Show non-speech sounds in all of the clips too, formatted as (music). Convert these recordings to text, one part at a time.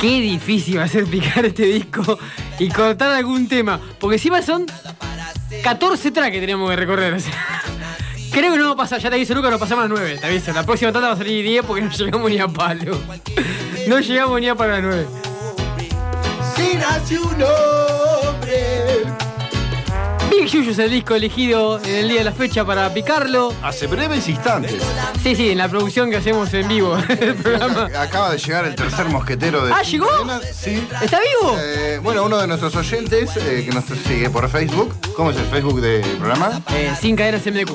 Qué difícil va a ser picar este disco y cortar algún tema. Porque encima son 14 tracks que tenemos que recorrer. o sea, (laughs) Creo que no va a pasar, ya te aviso Lucas, nos pasamos a las 9, te aviso. La próxima tanda va a salir 10 porque no llegamos ni a palo. (laughs) No llegamos ni a para las 9. Si nació un hombre. Big Yuyu es el disco elegido en el día de la fecha para picarlo. Hace breves instantes. Sí, sí, en la producción que hacemos en vivo (laughs) del programa. Acaba de llegar el tercer mosquetero de. Ah, ¿llegó? Sí. ¿Está vivo? Eh, bueno, uno de nuestros oyentes eh, que nos sigue por Facebook. ¿Cómo es el Facebook del programa? Eh, sin cadenas MDQ.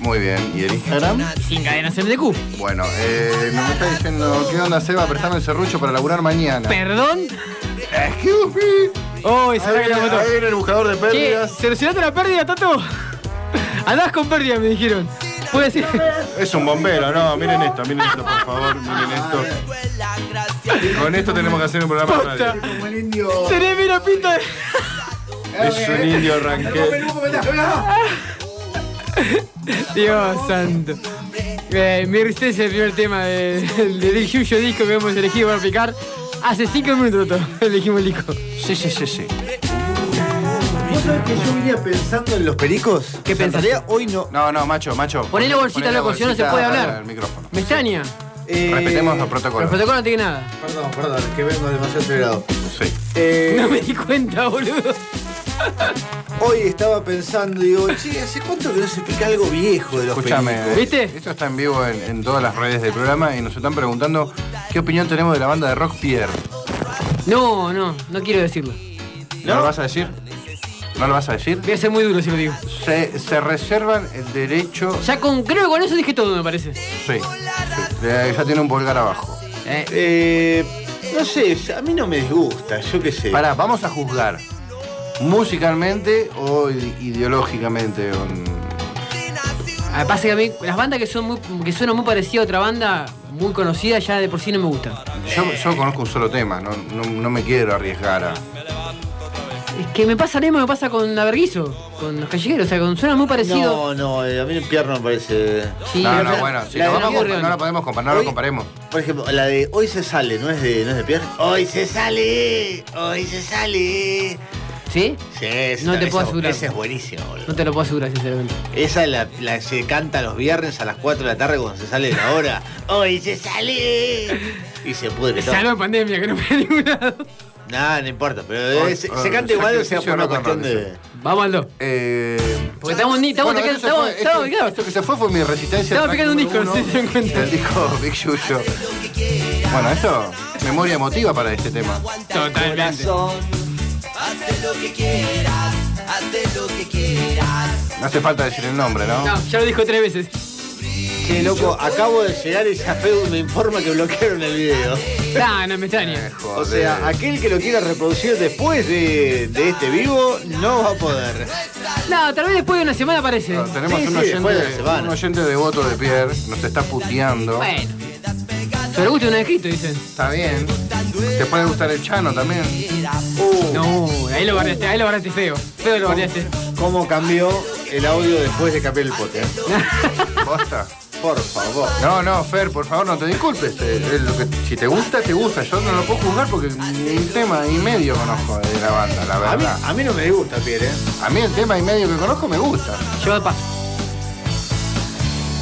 Muy bien. ¿Y el Instagram? Sin cadenas MDQ. Bueno, eh, nos está diciendo, ¿qué onda, Seba? Prestame el serrucho para laburar mañana. Perdón. Excuse me. Oh, se Ahí que la viene, moto. ahí viene el buscador de Che, pérdidas. ¿solucionaste la pérdida, Tato? Andás con pérdida, me dijeron. Puede ser. Es un bombero, no, miren esto, miren esto, por favor, miren esto. Con esto tenemos que hacer un programa de Posta. radio. Como el indio. Tenés mira pinta de. Es un indio Como ranquete. peluco, me la- me la- Dios santo. Eh, mi resistencia es el primer tema de- del Big Yuyo disco que hemos elegido para picar. Hace 5 minutos Tato, (laughs) elegimos el disco. Sí, sí, sí, sí. ¿Vos sabés que yo venía pensando en los pericos? ¿Qué O sea, en pensaste? realidad hoy no. No, no, macho, macho. Ponele bolsita, loco, si no, no se bolsita puede para hablar. El micrófono. Me extraña. Eh, Respetemos Pero los el protocolos. protocolo no tiene nada. Perdón, perdón, es que vengo demasiado acelerado. Sí. Eh, (laughs) No me di cuenta, boludo. Hoy estaba pensando, digo, che, ¿hace cuánto que no se pica algo viejo de los Escúchame. pericos? ¿Viste? Esto está en vivo en, en todas las redes del programa y nos están preguntando qué opinión tenemos de la banda de rock Pierre. No, no, no quiero decirlo. ¿No, lo vas a decir? ¿No lo vas a decir? Voy a ser muy duro si lo digo. Se, se reservan el derecho. Ya con, creo que con eso dije todo, me parece. Sí. sí. Eh, Ya tiene un pulgar abajo. Eh, Eh, no sé, a mí no me disgusta, yo qué sé. Pará, vamos a juzgar. Musicalmente o i- ideológicamente. o en- Ah, Pasa que a mí las bandas que son muy, que suenan muy parecidas a otra banda muy conocida ya de por sí no me gustan. Yo, yo conozco un solo tema, no, no- no me quiero arriesgar a. Es que me pasa lo mismo que me pasa con Averguizo, con los callejeros, o sea, con suenan muy parecido. no, no, eh, a mí el pierno me parece. Sí, No, pero no, ya- bueno, si la lo de vamos a Pierre, comparar, no lo podemos comparar, no lo comparemos. Por ejemplo, la de Hoy se sale, ¿no es de, no es de Pierre? Hoy se sale, hoy se sale. ¿Sí? Sí, esa- No te puedo esa- asegurar. Esa es buenísima, boludo. No te lo puedo asegurar, sinceramente. Esa es la, la que se canta los viernes a las 4 de la tarde cuando se sale de la hora. (laughs) ¡Hoy se sale! Y se pudre todo. Salvo en pandemia, que no me da ningún lado. Nada, no importa, pero Hoy- eh, se, hoy se canta igual o sea sacrificio por una rock and cuestión roll, de. Vamos al dos. Eh, Porque estamos ni- estamos bueno, acá- esto se estamos- fue- este, estamos- esto, claro. esto que se fue fue mi resistencia. Estaba track picando un disco, número sí, uno se dan cuenta. del disco Big Yuyo. Bueno, esto, memoria emotiva para este tema. Totalmente. No hace falta decir el nombre, ¿no? No, ya lo dijo tres veces. Che, loco, acabo de llegar y ya Facebook me informa que bloquearon el video. No, no me extraña. Eh, joder. O sea, aquel que lo quiera reproducir después de, de este vivo no va a poder. No, tal vez después de una semana aparece. No, tenemos sí, un, sí, después de la oyente, semana. un oyente devoto de Pierre, nos está puteando. Bueno. Pero gusto no es escrito, dicen. Está bien. Te puede gustar el Chano también. Uh, No, ahí lo guardaste, ahí lo guardaste feo. Feo lo guardaste. ¿Cómo cambió el audio después de cambiar el pote? Basta. Por favor. No, no, Fer, por favor, no te disculpes. Eh, eh, lo que- si te gusta, te gusta. Yo no lo puedo juzgar porque ni un tema y medio conozco de la banda, la A mí, verdad. a mí no me gusta, Pierre. ¿eh? A mí el tema y medio que conozco me gusta. Yo paso.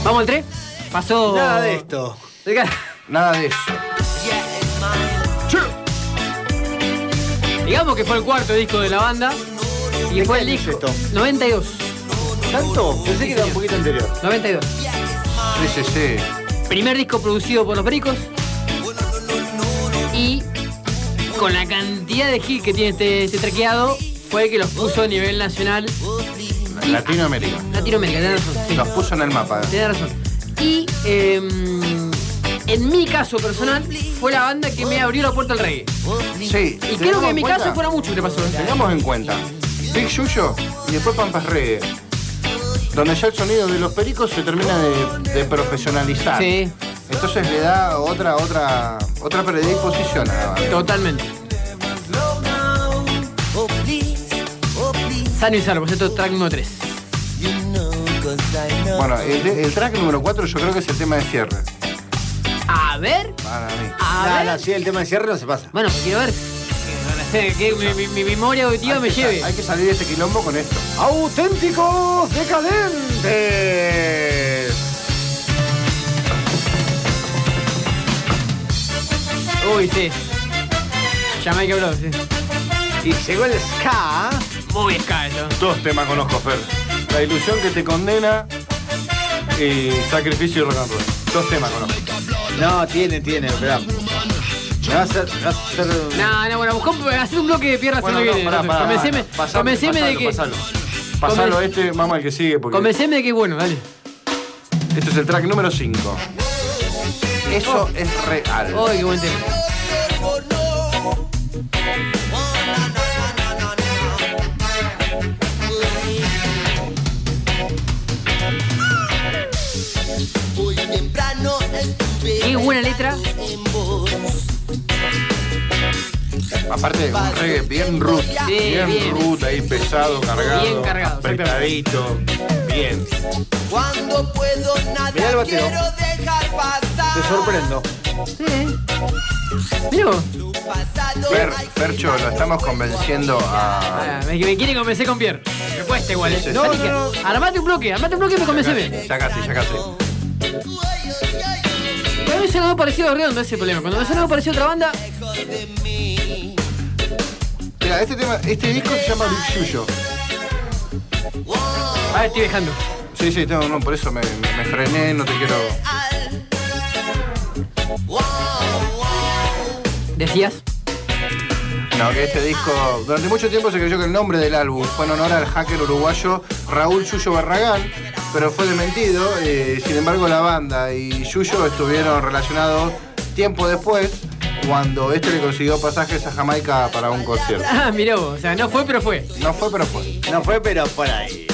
Vamos al 3. Pasó. Nada de esto. Acá. Nada de eso. Digamos que fue el cuarto disco de la banda. Y ¿De fue qué el año es disco. esto? 92. ¿Tanto? Pensé que era un señor. poquito anterior. 92. Sí, sí, sí. Primer disco producido por los pericos. Y con la cantidad de hits que tiene este, este traqueado, fue el que los puso a nivel nacional. Y- Latinoamérica. Latinoamérica, tenés razón. sí. Los puso en el mapa. Tenés razón. Y eh, en mi caso personal, fue la banda que me abrió la puerta al reggae. Sí. Y creo que en mi caso fueron fuera mucho que le pasó. ¿eh? Tengamos en cuenta, Big Yuyo y después Pampas Reggae, donde ya el sonido de los pericos se termina de, de profesionalizar. Sí. Entonces le da otra, otra, otra predisposición a la banda. Totalmente. Oh, Sano y salvo, esto es track número 3. Bueno, el, el track número 4 yo creo que es el tema de cierre. A ver. Para mí. A Nada, ver. nada, sí, el tema de cierre no se pasa. Bueno, quiero ver. Que, que mi, mi- mi memoria auditiva Hay me que sa- lleve. Hay que salir de este quilombo con esto. ¡Auténticos decadentes! Uy, sí. Jamaica Blood, sí. Y llegó el ska. Muy escaso. Dos temas conozco, Fer. La ilusión que te condena y sacrificio y rock and roll. Dos temas conozco. No, tiene, tiene, esperá. Me va a hacer. Me va a hacer... No, no, bueno, buscó hacer un bloque de piernas Bueno, en no, lo que pará, pará, Convenceme, pará. Pasalo, convenceme de pasalo, que. Pasalo, Pasalo Conven- este, mamá, el que sigue, porque Convenceme de que bueno, dale. este es el track número 5. Eso es real. Uy, qué buen tema. Hoy temprano estuve Qué buena letra. en vos. Aparte, un reggae bien root. Sí, bien, bien. root, ahí pesado, cargado. Bien cargado, Apretadito. Bien. Cuando puedo nada Mirá el quiero bateo. dejar pasar. Te sorprendo. Sí. Mirá vos. Tu pasado Fer, al Fercho, lo final estamos no convenciendo a. Ah, me, me quiere convencer con Pierre. Me cuesta igual. Sí, eh. sí, Dale, sí. que- No, Armate un bloque, armate un bloque y me convenceme. Ya casi, ya casi. puedo. Ay, ay, ay, Cuando me suena algo parecido a Redondo, ese es el problema. Cuando me suena algo parecido a otra banda, lejos de mí. Mira, este tema, este disco se llama Big Yuyo. ah, estoy dejando. Sí, sí, tengo, no, por eso me, me- me frené, no te quiero. Al- Wow, wow. Decías. No, que este disco. Durante mucho tiempo se creyó que el nombre del álbum fue en honor al hacker uruguayo Raúl Yuyo Barragán, pero fue dementido. eh, sin embargo, la banda y Yuyo estuvieron relacionados tiempo después, cuando este le consiguió pasajes a Jamaica para un concierto. Ah, mirá vos. O sea, no fue, pero fue. No fue, pero fue. No fue, pero por ahí.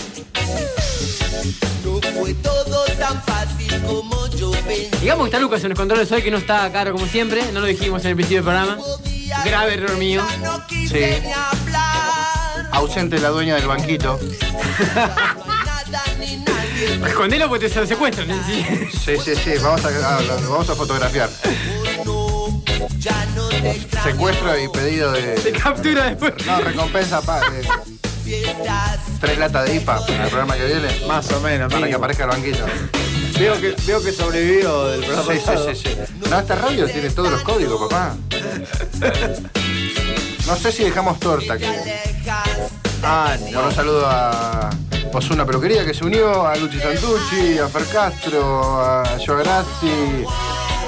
No fue todo tan fácil como yo pensé. Digamos que está Lucas en los controles hoy, que no está caro como siempre. No lo dijimos en el principio del programa. Podía Grave error mío. Ya no quise Sí. ni hablar. Ausente la dueña del banquito. No hay nada ni nadie. Escondelo porque te secuestran. ¿eh? Sí. (laughs) Sí, sí, sí, vamos a, ah, lo- lo vamos a fotografiar. Oh, no, ya no te extraño. Secuestro y pedido Te de. captura después. No, recompensa, pa. eh, Si estás tres latas de IPA para el programa que viene. Más o menos, Para que mínimo. aparezca el banquito. Veo que, veo que sobrevivió del programa. Sí, sí, sí, sí. No, esta radio tiene todos los códigos, papá. No sé si dejamos torta te que. alejas, Ah, Bueno, no. un saludo a Osuna Peluquería que se unió, a Luchi Santucci, a Fer Castro, a Giorazzi,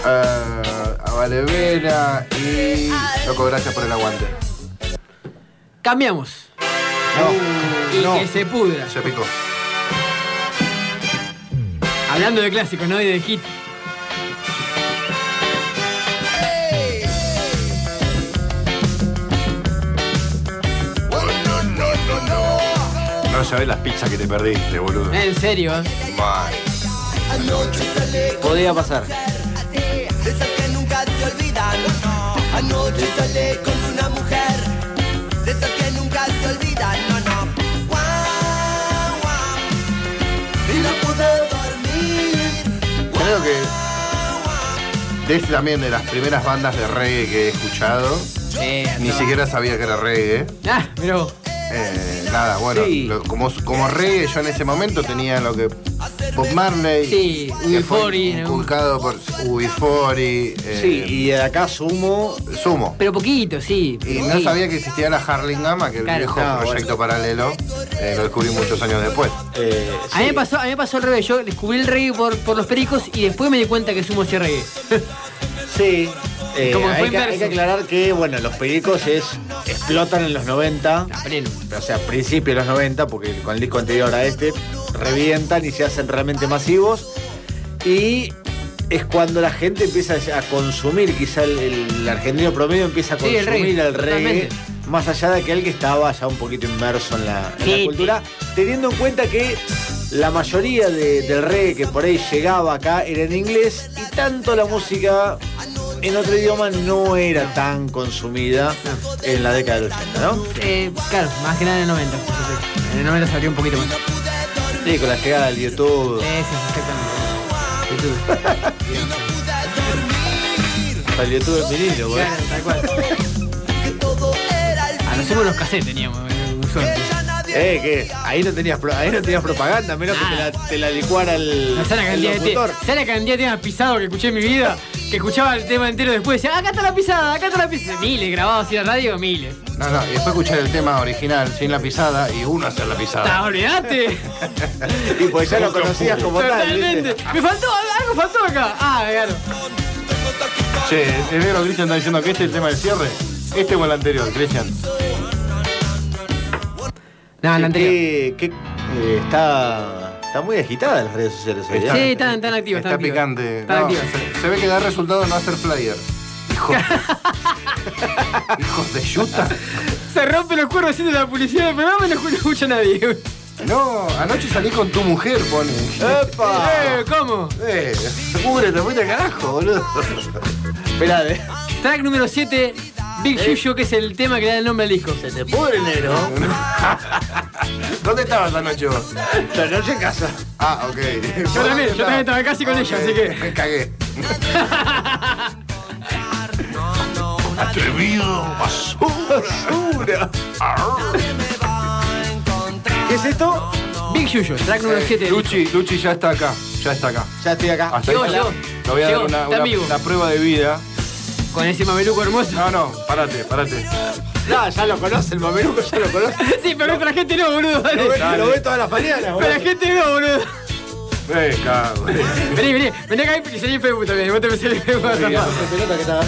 a, a Valevera y. Loco, gracias por el aguante. Cambiamos. Y No, que no. se pudra. Se picó. Hablando de clásicos, ¿no? Y de hit. No sabés las pizzas que te perdiste, boludo. En serio, ¿eh? Mal. anoche salí con Podía pasar. ti, de esas que nunca te olvidan. No, no. Anoche salí con una mujer, de esas que nunca te olvidan. No, no. Guau, guau. Y no pude dormir. Guau, Creo que es también de las primeras bandas de reggae que he escuchado. Ni siquiera sabía que era reggae. ¿eh? Ah, mirá vos. Eh, nada, bueno, Sí. lo- como, como reggae yo en ese momento tenía lo que Bob Marley, Sí, que fue UB40, ¿no? inculcado por Ubifori, Sí, y de acá sumo. Sumo. Pero poquito, sí. Y no Sí. sabía que existía la Harling Gama, que el Claro. viejo Ah, bueno. proyecto paralelo, eh, lo descubrí muchos años después. Eh, A mí, me sí. pasó, a mí me pasó al revés, yo descubrí el reggae por, por los pericos y después me di cuenta que sumo hacía reggae. Sí. eh, Como que fue hay, que, hay inverso. que aclarar que, bueno, los pericos es, explotan en los 90, A pleno. o sea, principios de los 90, porque con el disco anterior a este, revientan y se hacen realmente masivos. Y es cuando la gente empieza a consumir, quizá el, el argentino promedio empieza a Sí, el consumir reggae, el reggae, totalmente. más allá de aquel que estaba ya un poquito inmerso en la, en la Sí, cultura, teniendo en cuenta que la mayoría de- del reggae que por ahí llegaba acá era en inglés y tanto la música en otro idioma no era tan consumida en la década del 80, ¿no? Eh, claro, más que nada en el 90. yo sé. En el 90 se abrió un poquito más. Sí, con la llegada del YouTube. Eso, exactamente. YouTube. Salió todo el vinilo, güey. Claro, tal cual. que todo era el A lo fin. sumo los cassettes teníamos, eh, suerte. Ya nadie Eh, ¿qué? Ahí no tenías, pro- ahí no tenías propaganda, a menos que te la, te la licuara el, No, ¿Sabes la el cantidad de te- locutor. ¿sabes la cantidad de temas pisados que escuché en mi vida? Que escuchaba el tema entero después decía, acá está la pisada, acá está la pisada. Miles grabados así en la radio, miles. No, no, y después escuchar el tema original sin la pisada y uno hacer la ¿Te pisada. olvidaste? Y pues ya lo conocías como tal. Totalmente. ¿viste? Me faltó, algo faltó acá. Ah, claro. Che, el negro Cristian está diciendo que este es el tema del cierre. Este o el anterior, Cristian. No, el Ah, anterior. Que, que- eh, está, está muy agitada en las redes sociales hoy. Sí, ¿eh? están, están activos. Está están activos. picante. Están No, activos. se, se ve que da resultado no hacer flyer. Hijo. (laughs) Hijos de yuta. Se rompe los cuernos haciendo la publicidad del programa y no escu- no escucha nadie. No, anoche salí con tu mujer, pone. ¡Epa! Eh, ¿Cómo? Eh, cubre, te fuiste al carajo, boludo. Esperá, eh. Track número 7, Big Shusho, que es el tema que le da el nombre al disco. Se te pudre negro. ¿Dónde estabas anoche vos? La noche en casa. Ah, ok. Yo también, yo también estaba casi con ella, así que- Me cagué. Atrevido, basura. ¿Qué es esto? Big Shusho, track número 7. del disco. Luchi, Luchi ya está acá, ya está acá. Ya estoy acá. Hasta Llegó, ahí. llegó. Le voy a Llegó, dar está una, vivo. una, la prueba de vida. Con ese mameluco hermoso. No, no, parate, parate. No, Ah, ya lo conoce, el mameluco ya lo conoce. (laughs) Sí, pero otra gente no, boludo. dale. Lo ve, Dale. lo ve todas las mañanas, Pero la boludo. gente no, boludo. Eh, (laughs) cago. Vení, vení, vení acá y salí en Facebook también. Vos te pensás en Facebook. vas a bien. zafar.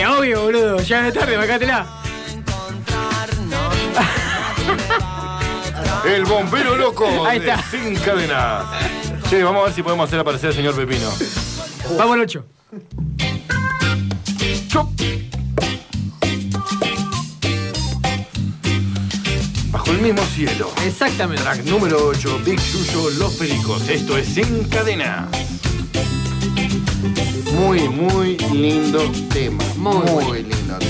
Es obvio, boludo. Llega tarde, bancátela. El bombero loco Ahí de está. sin cadenas. Che, vamos a ver si podemos hacer aparecer al señor Pepino. Vamos al 8. Chop. Bajo el mismo cielo. Exactamente. Track número 8, Big Yuyo, Los Pericos. Esto es Sin Cadena. Muy, muy lindo tema. Muy lindo tema.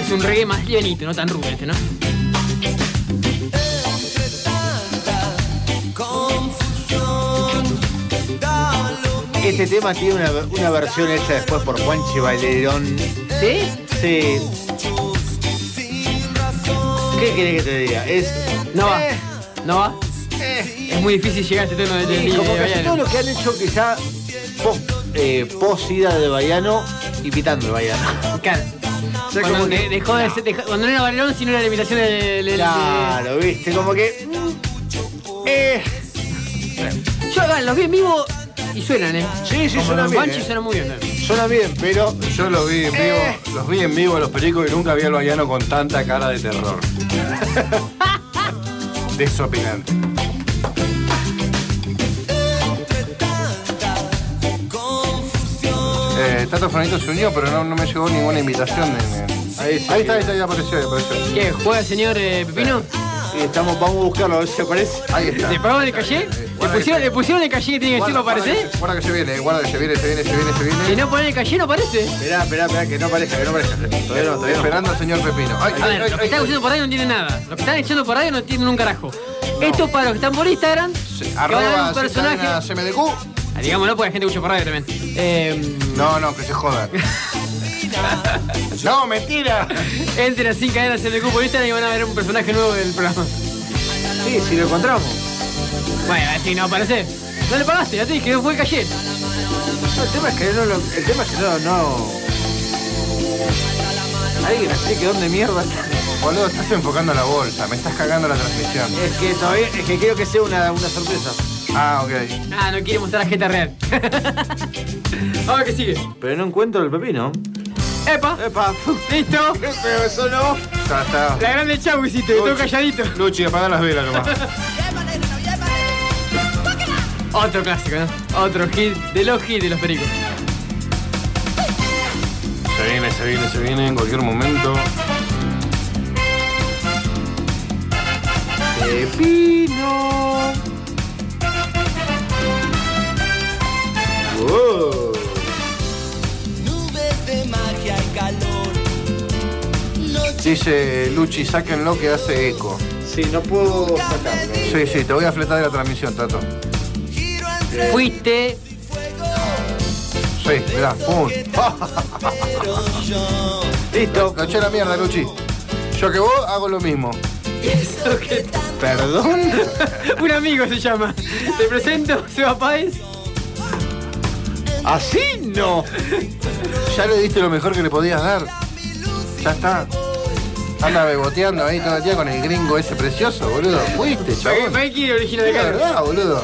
Es un reggae más livianito, no tan rudo este, ¿no? Este tema tiene una, una versión hecha después por Juanchi Bailerón. ¿Sí? Sí. ¿Qué querés que te diga? Es. No va. Eh, No va. eh. Es muy difícil llegar a este tono de Y de- como de casi Bayano. todo lo que han hecho quizá pos, eh, pos-ida de Baiano, imitando (laughs) a Baiano. Claro. O sea, Cuando como de- que- dejó de ser- dejó- cuando no era Valerón, sino era la imitación del. del- Claro, viste, como que. Eh, de- Yo, bueno, los vi en vivo y suenan, ¿eh? sí, sí, suena bien. Banshee eh. suena muy bien. ¿eh? Suena bien, pero. Yo los vi en vivo, Eh. los vi en vivo a los pericos y nunca vi al vallano con tanta cara de terror. Desopilante. Eh, Tato Franito se unió, pero no, no me llegó ninguna invitación. en- en- Ahí sí. Ahí está, ahí está, ahí apareció, ahí apareció. ¿Qué? ¿Juega el señor eh, Pepino? Y estamos, vamos a buscarlo a ver si aparece. Ahí está. ¿Le pagaron el Eh, caché? ¿Le pusieron, ¿Le pusieron el caché que tiene que decir para Guarda, aparecer? guarda que se- Guarda que se viene, eh, guarda que se viene, se viene, se viene, se viene. Si no ponen el caché, no aparece. Esperá, esperá, esperá, que no aparezca, que no aparezca. Todavía no, Estoy todavía no. esperando al señor Pepino. Ay, A ay, ver, ay, los que ay, están escuchando por radio no tienen nada. Los que están echando por radio no tienen un carajo. Esto es para los que están por Instagram, que van a ver Arroba un sin personaje. cadena CMDQ. Ah, Digámoslo porque la gente escucha por radio también. Eh, No, no, que se jodan. no, mentira. entren a sin cadenas en el cupo de Instagram y van a ver un personaje nuevo del programa. Sí, si lo encontramos. Bueno, así no aparece. No le pagaste, ya te dije, fue el caché. No, el tema es que no lo. El tema es que no. no... Alguien me explique dónde mierda está. Boludo, estás enfocando la bolsa, me estás cagando la transmisión. Es que todavía. Es que quiero que sea una, una sorpresa. Ah, ok. Ah, no quiere mostrar la jeta real. (laughs) Vamos a ver qué sigue. Pero no encuentro el pepino. ¡Epa! Epa. ¡Listo! Pero eso no. Está, está. La grande chau hiciste, todo calladito. Luchi, apaga las velas (laughs) nomás. Otro clásico, ¿no? Otro hit de los hits de los pericos. Se viene, se viene, se viene en cualquier momento. Pepino. Wow. Nubes de magia y calor. Dice Luchi, sáquenlo que hace eco. Sí, no puedo sacarlo. Sí, sí, te voy a fletar de la transmisión, Tato. Giro entre Fuiste. Sí, mirá, pum. Listo. Lo eché a la mierda, Luchi. Yo que vos hago lo mismo. ¿Perdón? (laughs) (laughs) Un amigo se llama. Te presento, Seba Páez. Así no. Ya le diste lo mejor que le podías dar. Ya está. Anda beboteando ahí todo el día con el gringo ese precioso, boludo. Fuiste, chabón. Becky, el original de Sí, La Carlos. verdad, boludo.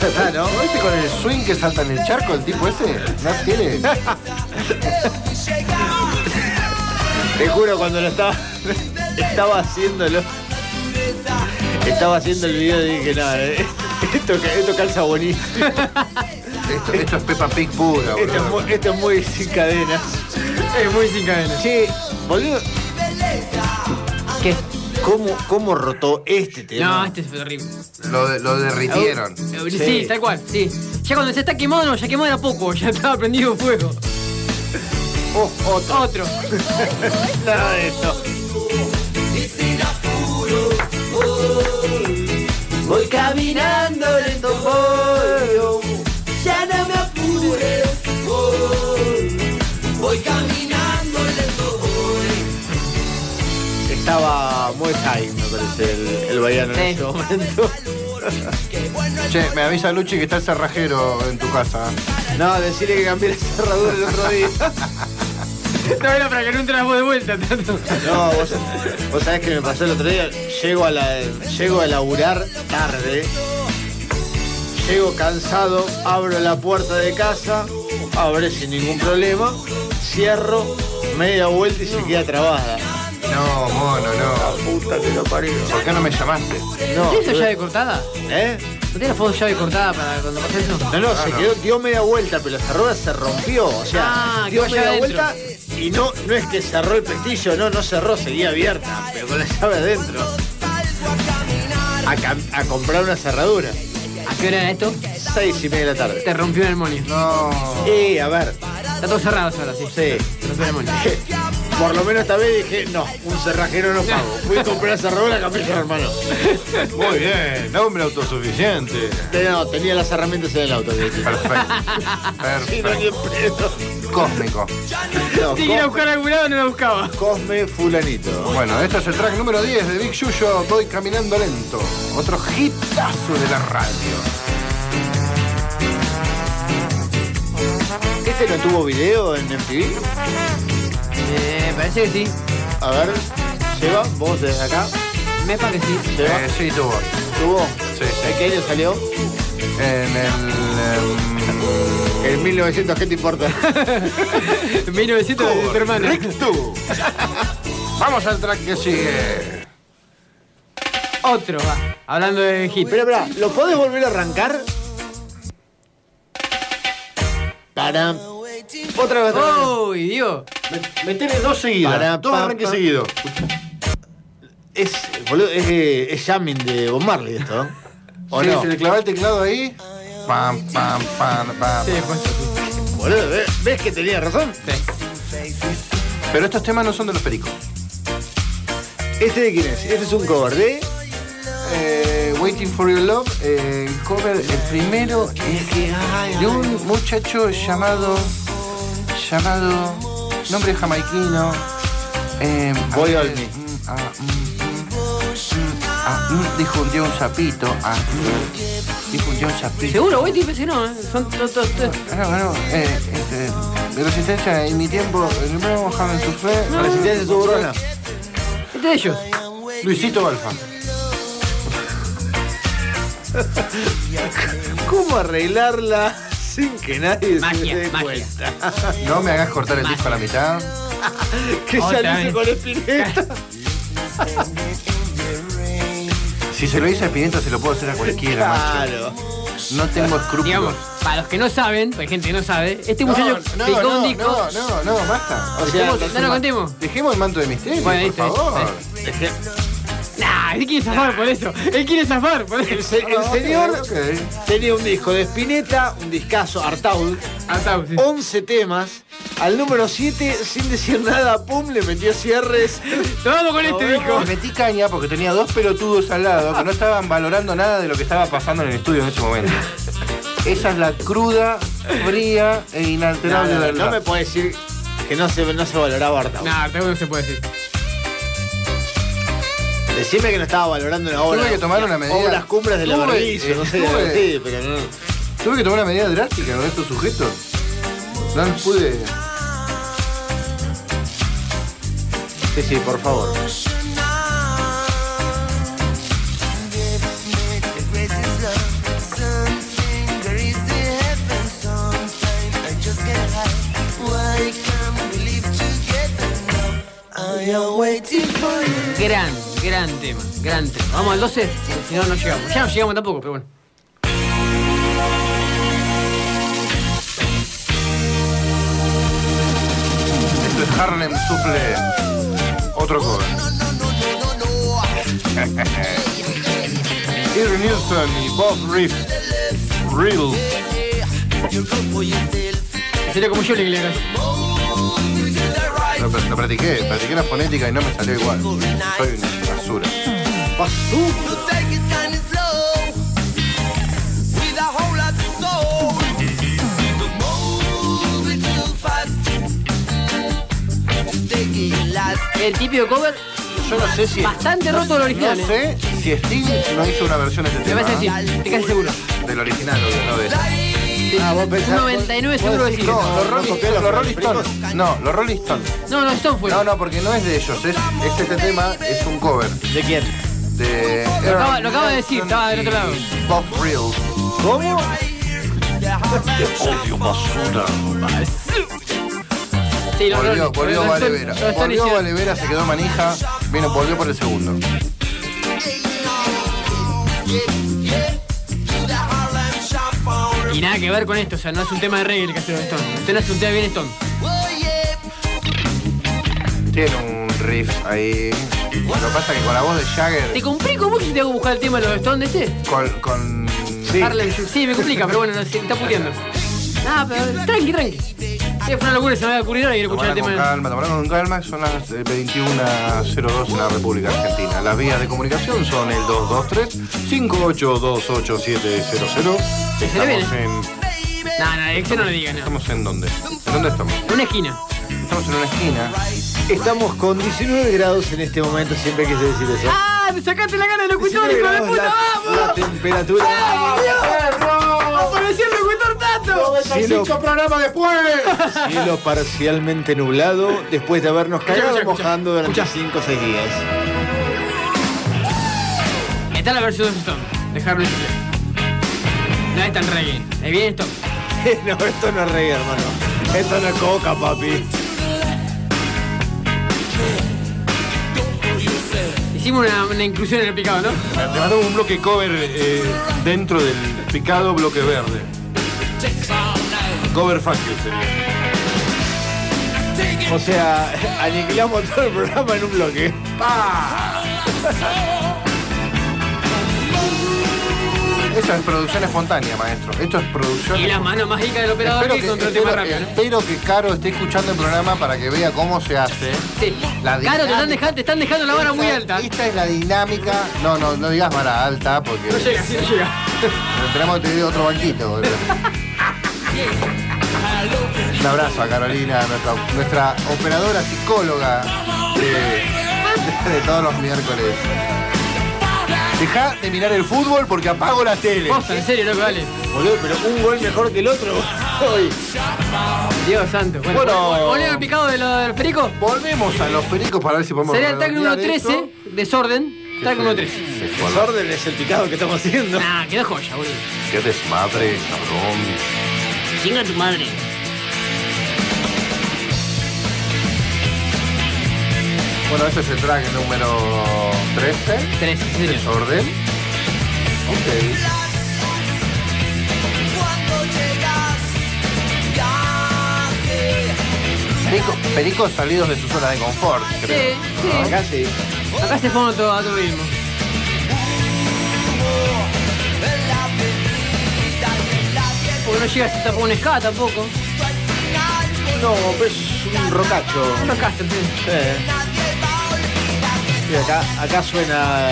Ya está, (laughs) ¿no? ¿No viste con el swing que salta en el charco el tipo ese? No tiene. Te juro, cuando lo estaba. (laughs) Estaba haciéndolo. Estaba haciendo el video y dije, nada, esto, esto calza bonito. Esto, esto es Peppa Pig pura, Esto es, boludo. muy, esto es muy sin cadenas. Es muy sin cadena. Che, boludo, ¿Qué? ¿cómo, cómo rotó este No, tema? este es terrible. Lo, de- lo derritieron. Eh, Sí. Sí. tal cual, sí. Ya cuando se está quemado, no, ya quemado era poco, ya estaba prendido fuego. Oh, otro. Otro. (laughs) Nada de esto. Voy caminando lento voy, ya no me apures voy. Voy caminando lento voy. Estaba muy high, me parece, el, el baiano en Sí. ese momento. Che, me avisa Luchi que está el cerrajero en tu casa. No, decirle que cambié la cerradura el otro día. No era para que no entrara vos de vuelta, tanto. No, vos, vos sabés que me pasó el otro día. Llego a, la, llego a laburar tarde. Llego cansado, abro la puerta de casa, abre sin ningún problema, cierro, media vuelta y se queda trabada. No, mono, no. Puta que lo parió. ¿Por qué no me llamaste? No, ¿Tienes la llave cortada? ¿eh? ¿No tienes la foto de llave cortada para cuando pasa eso? No, no, se quedó, dio media vuelta, pero la cerradura se rompió. O sea, Ah, dio quedó media allá adentro. vuelta y no, no es que cerró el pestillo, no, no cerró, seguía abierta, pero con la llave adentro. A, cam- a comprar una cerradura. ¿A qué hora era esto? Seis y media de la tarde. Te rompió el armonio. No. Eh, a ver, (laughs) Está todo cerrado ahora, sí. sí. Te rompió el armonio. Por lo menos esta vez dije, no, un cerrajero no pago. Fui a comprar cerradura, cambié yo, hermano. Muy bien, hombre autosuficiente. No, tenía las herramientas en el auto. que decía. (laughs) Perfecto. Sí, no, ni Perfecto. en pedo. Cósmico. No, Si quería Cosme, buscar algún lado, no la buscaba. Cosme Fulanito. Bueno, este es el track número 10 de Big Yuyo, Voy caminando lento. Otro hitazo de la radio. ¿Este no tuvo video en MTV? Eh, parece que sí. A ver, lleva, vos desde acá, Mepa que sí. lleva, Eh, sí, tuvo. tuvo. Sí, ¿De sí. qué año salió? En el. em, En 1900, ¿qué te (laughs) importa? (laughs) 1900 de tu hermano. Correcto. Vamos al track que sigue. Otro, va. Hablando de hit. Espera, espera, ¿lo podés volver a arrancar? Para. Otra vez, otra vez. ¡Uy, Dios! Metele dos seguidas. Para, dos pa, arranques pa. seguidos. Es, boludo, es, eh, es jamming de Bob Marley esto, (laughs) ¿eh? ¿O Sí, no? se le clava el teclado ahí. Pam, pam, pam, pam. Sí, pues. Boludo, ¿ves, ves que tenía razón? Pero estos temas no son de los pericos. ¿Este de quién es? Este es un cover de. Eh, Waiting for Your Love, eh, el cover, el primero es de un muchacho llamado. llamado. nombre jamaiquino. Eh, a Boy ver, Olmi. mm, ah, mm, mm, mm, ah, mm, dijo un día un sapito. ah, mm, dijo un día un sapito. Seguro, güey, pensé que no, ¿eh? Son todos. Bueno, bueno, eh, este, de resistencia en mi tiempo, el primero Mohamed Sufé, Resistencia Suburrana. Este de ellos. Luisito Balfa. ¿Cómo arreglarla sin que nadie Magia, se dé magia. cuenta? (laughs) No me hagas cortar el disco a la mitad. Que Otra ya lo hice vez. con (laughs) Espineta. Si se lo hice a Pimienta, se lo puedo hacer a (laughs) cualquiera, macho. Claro. No tengo Digamos, escrúpulos. para los que no saben, porque hay gente que no sabe, este muchacho no, dedicó no, un disco. no, no, no, basta. O sea, Dejemos no el lo ma- contemos. Dejemos el manto de misterio, Bueno, por listo, favor. listo, Nah, él quiere zafar por eso. Él quiere zafar por El, eso. se- el Ah, ok, señor ok. tenía un disco de Spinetta, un discazo Artaud, Ah, está, sí. 11 temas, Al número 7, sin decir nada, pum, le metió cierres. Nos vamos con este disco. Me metí caña porque tenía dos pelotudos al lado que no estaban valorando nada de lo que estaba pasando en el estudio en ese momento. Esa es la cruda, fría e No, inalterable no, no, verdad. no me puede decir que no se, no se valoraba Artaud. Nah, tampoco no se puede decir. Decime que no estaba valorando una obra. Tuve que tomar una medida. O las cumbres de la Tuve, barrizo, no sé, estuve. sí, pero no. Tuve que tomar una medida drástica con estos sujetos. No los pude. Sí, sí, por favor. Gran, gran tema, gran tema. Vamos al 12, porque si no, no llegamos. Ya no llegamos tampoco, pero bueno. Esto es Harlem Sufle. Otro cover. Irving Nilsson y Bob Reef. Real. Sería como yo le inglés. Lo, lo practiqué, practiqué la fonética y no me salió igual. Soy una basura. Basura. El típico cover, Yo no sé si. bastante roto el original. No eh. sé si Sting no hizo una versión de este Me tema. vas a decir, ¿eh? estoy casi seguro. Del original, obvio, no de Ah, vos pensás. Un 99 seguro que sí. No, los Rolling, copié los Rolling Stones. Stones. No, los Rolling Stones. No, no, Stone fue. No, no, porque no es de ellos. Es, es este tema es un cover ¿De quién? de. Lo acaba- Aaron lo acaba de decir, Nelson estaba del y otro lado. Bob Real. ¿Cómo? Odio basura. Sí, los Volvió, Rolling- volvió los Stone- Valevera. los Stone Volvió hicieron- Valevera, se quedó manija. Vino, volvió por el segundo. Y nada que ver con esto, o sea, no es un tema de reggae el que hace los Stone. Este no es un tema bien Stone. Tiene un riff ahí. Lo que pasa es que con la voz de ¿Te Jagger. complico mucho si te hago buscar el tema de los Stone de este? Con. con Sí. Harlem, sí, me complica, pero bueno, no, sí, me está puteando. Ah, pero tranqui, tranqui. Sí, fue una locura, se me había ocurrido ahora y quiero escuchar Tomala el con tema. calma, tomala con calma, son las eh, 21.02 en la República Argentina. Las vías de comunicación son el 223-5828700. Se le viene. Estamos en... No, no, ese no lo diga, no. ¿Estamos en dónde? ¿En dónde estamos? En una esquina. Estamos en una esquina. Estamos con 19 grados en este momento, siempre quise decir eso. ¡Ah! ¡Me sacaste la gana del locutor, 19 hijo de grados puta! la, la ¡Vamos! temperatura. ¡Ay, Dios! ¡Apareció el locutor Tato! Cielo, programas después! cielo parcialmente nublado después de habernos cagado Escucha, escucha, mojando durante escucha. 5 o 6 días. (laughs) Está la versión de Stone, de Harlem Shake. No es tan reggae, es bien Stone. no, esto no es reggae, hermano. Esto no es coca, papi. Hicimos una, una inclusión en el picado, ¿no? Te mandamos un bloque cover eh, dentro del picado bloque verde. Cover fácil sería. O sea, (laughs) aniquilamos todo el programa en un bloque. Esa es producción espontánea, maestro. Esto es producción Y las manos mágicas del operador Espero que que, contra el espero- tema rápido, ¿eh? ¿no? espero que Caro esté escuchando el programa para que vea cómo se hace. Sí. Claro, te La están, dinámica- dejando, te están dejando la vara muy alta. Esta es la dinámica. No, no, no digas vara alta porque No llega, sí, no llega. tenemos que tener otro banquito. (laughs) boludo. Un abrazo a Carolina, nuestra, nuestra operadora psicóloga de, de todos los miércoles. Deja de mirar el fútbol porque apago la tele. Posta, en serio, loco, vale. Boludo, pero un gol mejor que el otro. Hoy. Dios santo. Bueno, Bueno. ¿volvieron al picado de lo del perico? Volvemos a los pericos para ver si podemos. Sería el track número redondear esto. 13, desorden. Track número 13. Se fue a la- Desorden es el picado que estamos haciendo. Nah, quedó joya, boludo. Qué desmadre, cabrón. Chinga tu madre. Bueno, este es el track número 13. 13, sí, señor. Desorden. Ok. Perico- pericos salidos de su zona de confort, creo. Sí, Acá sí. sí. Acá se fueron todo a tu ritmo. Porque no llega a ser tampoco un ska tampoco. No, pero es un rocacho. Un rocacho, sí. Sí. Sí, acá, acá suena.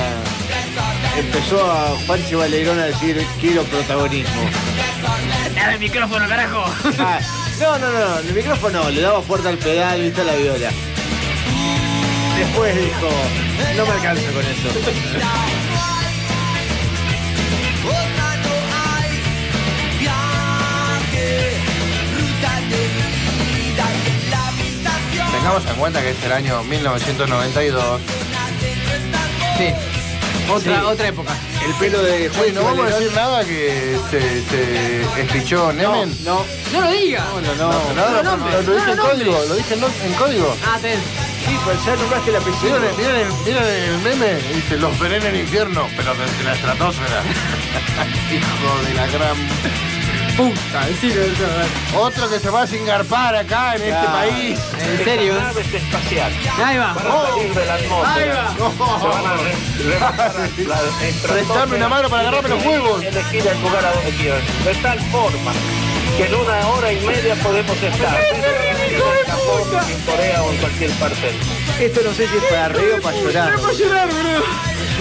Empezó a Juanchi Valerón a decir quiero protagonismo. (laughs) Dale el micrófono, carajo. Ah, no, no, no, el micrófono le daba fuerte al pedal, viste a la viola. Después dijo, no me alcanzo con eso. Otra no hay viaje, ruta de vida y en la habitación Tengamos en cuenta que es el año 1992. Sí. Otra, Sí. otra época. El pelo de Oye, Juanchi no vamos a Valerón- decir nada que se, se espichó No, Nemen. no, No lo diga. no, no. Nada, no, lo- no, lo dije en no, no, código, hombre. lo dije en, en código. Ah, ten. Sí, pero ya nombraste el apellido. Miren, miren, miren el meme, dice, los veré en el infierno, pero desde la (laughs) estratosfera. Hijo de la gran... Puta, sí, no, no, no. Otro que se va sin garpar acá en este Claro. país. En serio. Nave espacial. Ahí va. Van a salir de la Ahí atmósfera. (laughs) va. Se van a re- rebajar la estratosfera. Prestame una mano para agarrarme los huevos. Elegir el lugar a donde quieran. De tal forma que en una hora y media podemos estar. En Japón, en Corea o en cualquier parte. Esto no sé si es para reír o para llorar. Era para llorar, boludo.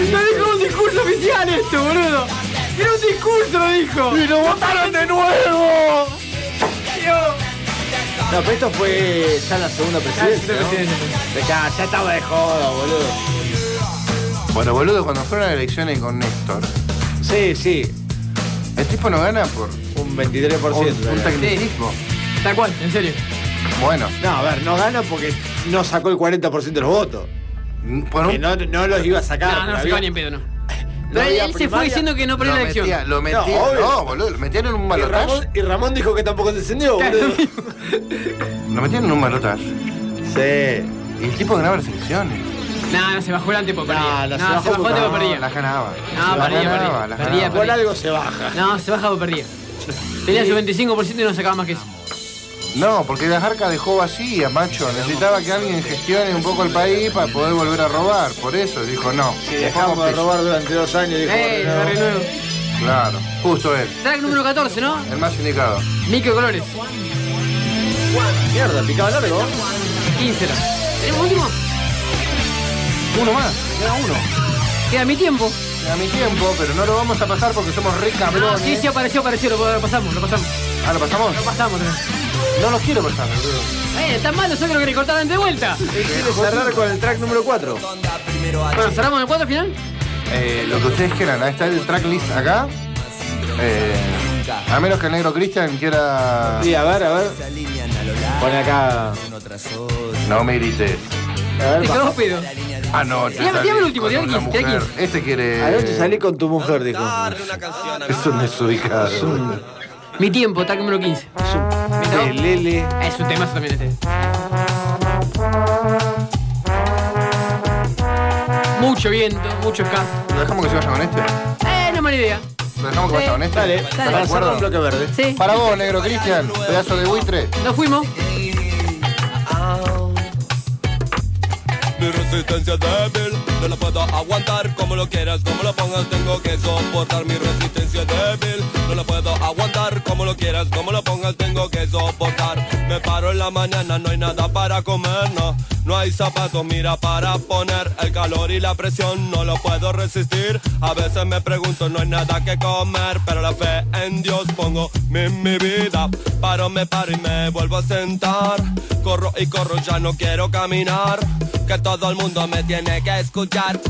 Lo dijo un discurso oficial esto, boludo. Era un discurso, lo dijo. ¡Y lo votaron de nuevo! No, pero esto fue ya la segunda presidencia. Ah, ¿no? sí, sí, Ya, ya estaba de joda, boludo. Bueno, boludo, cuando fueron a las elecciones con Néstor, Sí, sí, el tipo no gana por un 23%. un, un era. tecnicismo. Tal cual, en serio. Bueno, No, a ver, no gana porque no sacó el 40% de los votos. por Que un... no, no los iba a sacar. No, no, porque se va ni había- en pedo, no. no Pero él, había él se fue primaria. diciendo que no perdió Lo la elección. metía, lo metía. No, No, obvio. boludo, lo metieron en un Y balotaje. Ramón, y Ramón dijo que tampoco descendió, boludo. (laughs) Claro. Lo metieron en un balotaje. Sí. Y el tipo ganaba las elecciones. No, no, se bajó el antepo, perdía. No, no, se bajó bajó el antepo, porque- perdía. Las ganaba. No, Las perdía, ganaba, perdía. las Perdía, ganaba. Por algo se baja. No, se baja porque perdía. Tenía su 25% y no sacaba más que eso. No, porque las arcas dejó vacías, macho. Necesitaba que alguien gestione un poco el país para poder volver a robar. Por eso dijo no. Si dejamos de robar durante dos años, dijo. ¡Ey, no. lo renuevo! Claro, justo él. Track número 14, ¿no? El más indicado. Microcolores. Mierda, picaba largo. 15 era. ¿Tenemos último? Uno más, queda uno. Queda mi tiempo. A mi tiempo, pero no lo vamos a pasar porque somos re No, cabrones. sí, sí, apareció, apareció. Lo, lo pasamos, lo pasamos. Ah, ¿lo pasamos? Lo pasamos. también. No los quiero pasar, boludo. Eh, tan malo, yo creo que le cortaron de vuelta. Quiere cerrar con el track número 4. Bueno, cerramos en el cuarto final. Eh, lo que ustedes quieran, ahí está el tracklist acá. Eh, a menos que el negro Cristian quiera. Sí, a ver, a ver. Pone acá. No me grites. A Te ver, quedó pedo. Ah, Anoche. Dígame, dígame el último, salí dígame con el 15, una dígame el mujer. Este quiere. Anoche salí con tu mujer, dijo. Es un desubicado. Mi tiempo, track número 15. Lele. Es un temazo también este. Mucho viento, mucho ska. ¿Lo dejamos que se vaya con este? Eh, no es mala idea. ¿Lo dejamos que Sí. vaya con este? Dale, ¿Estás de para cerrar un acuerdo? bloque verde. Sí. Para vos, negro Cristian, pedazo de buitre. Nos fuimos. Mi resistencia es débil, no la puedo aguantar Como lo quieras, como lo pongas, tengo que soportar Mi resistencia es débil, no la puedo aguantar Como lo quieras, como lo pongas, tengo que soportar Me paro en la mañana, no hay nada para comer, no No hay zapatos, mira, para poner El calor y la presión, no lo puedo resistir A veces me pregunto, no hay nada que comer Pero la fe en Dios pongo mi, mi vida Paro, me paro y me vuelvo a sentar Corro y corro, ya no quiero caminar que todo el mundo me tiene que escuchar.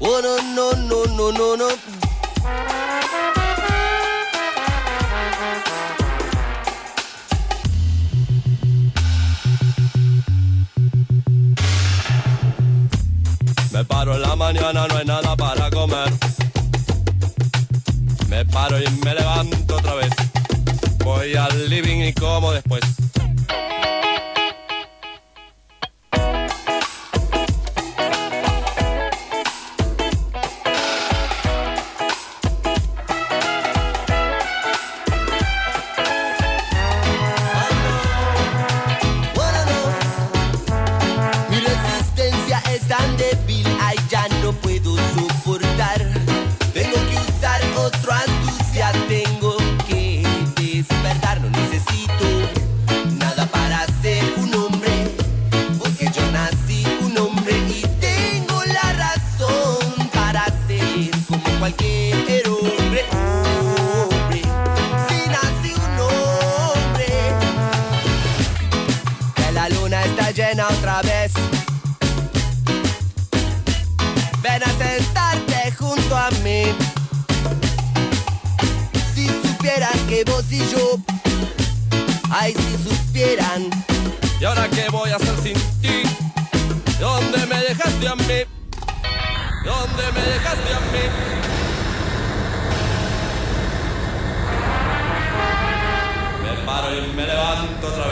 Oh, no, no, no, no, no, no. Me paro en la mañana, no hay nada para comer. Me paro y me levanto otra vez. Voy al living y como después. Wanna know. Mi resistencia es tan débil, ay ya no puedo soportar. Tengo que usar otra astucia que vos y yo, ay si supieran, ¿Y ahora qué voy a hacer sin ti? ¿Dónde me dejaste a mí? ¿Dónde me dejaste a mí? Me paro y me levanto otra vez.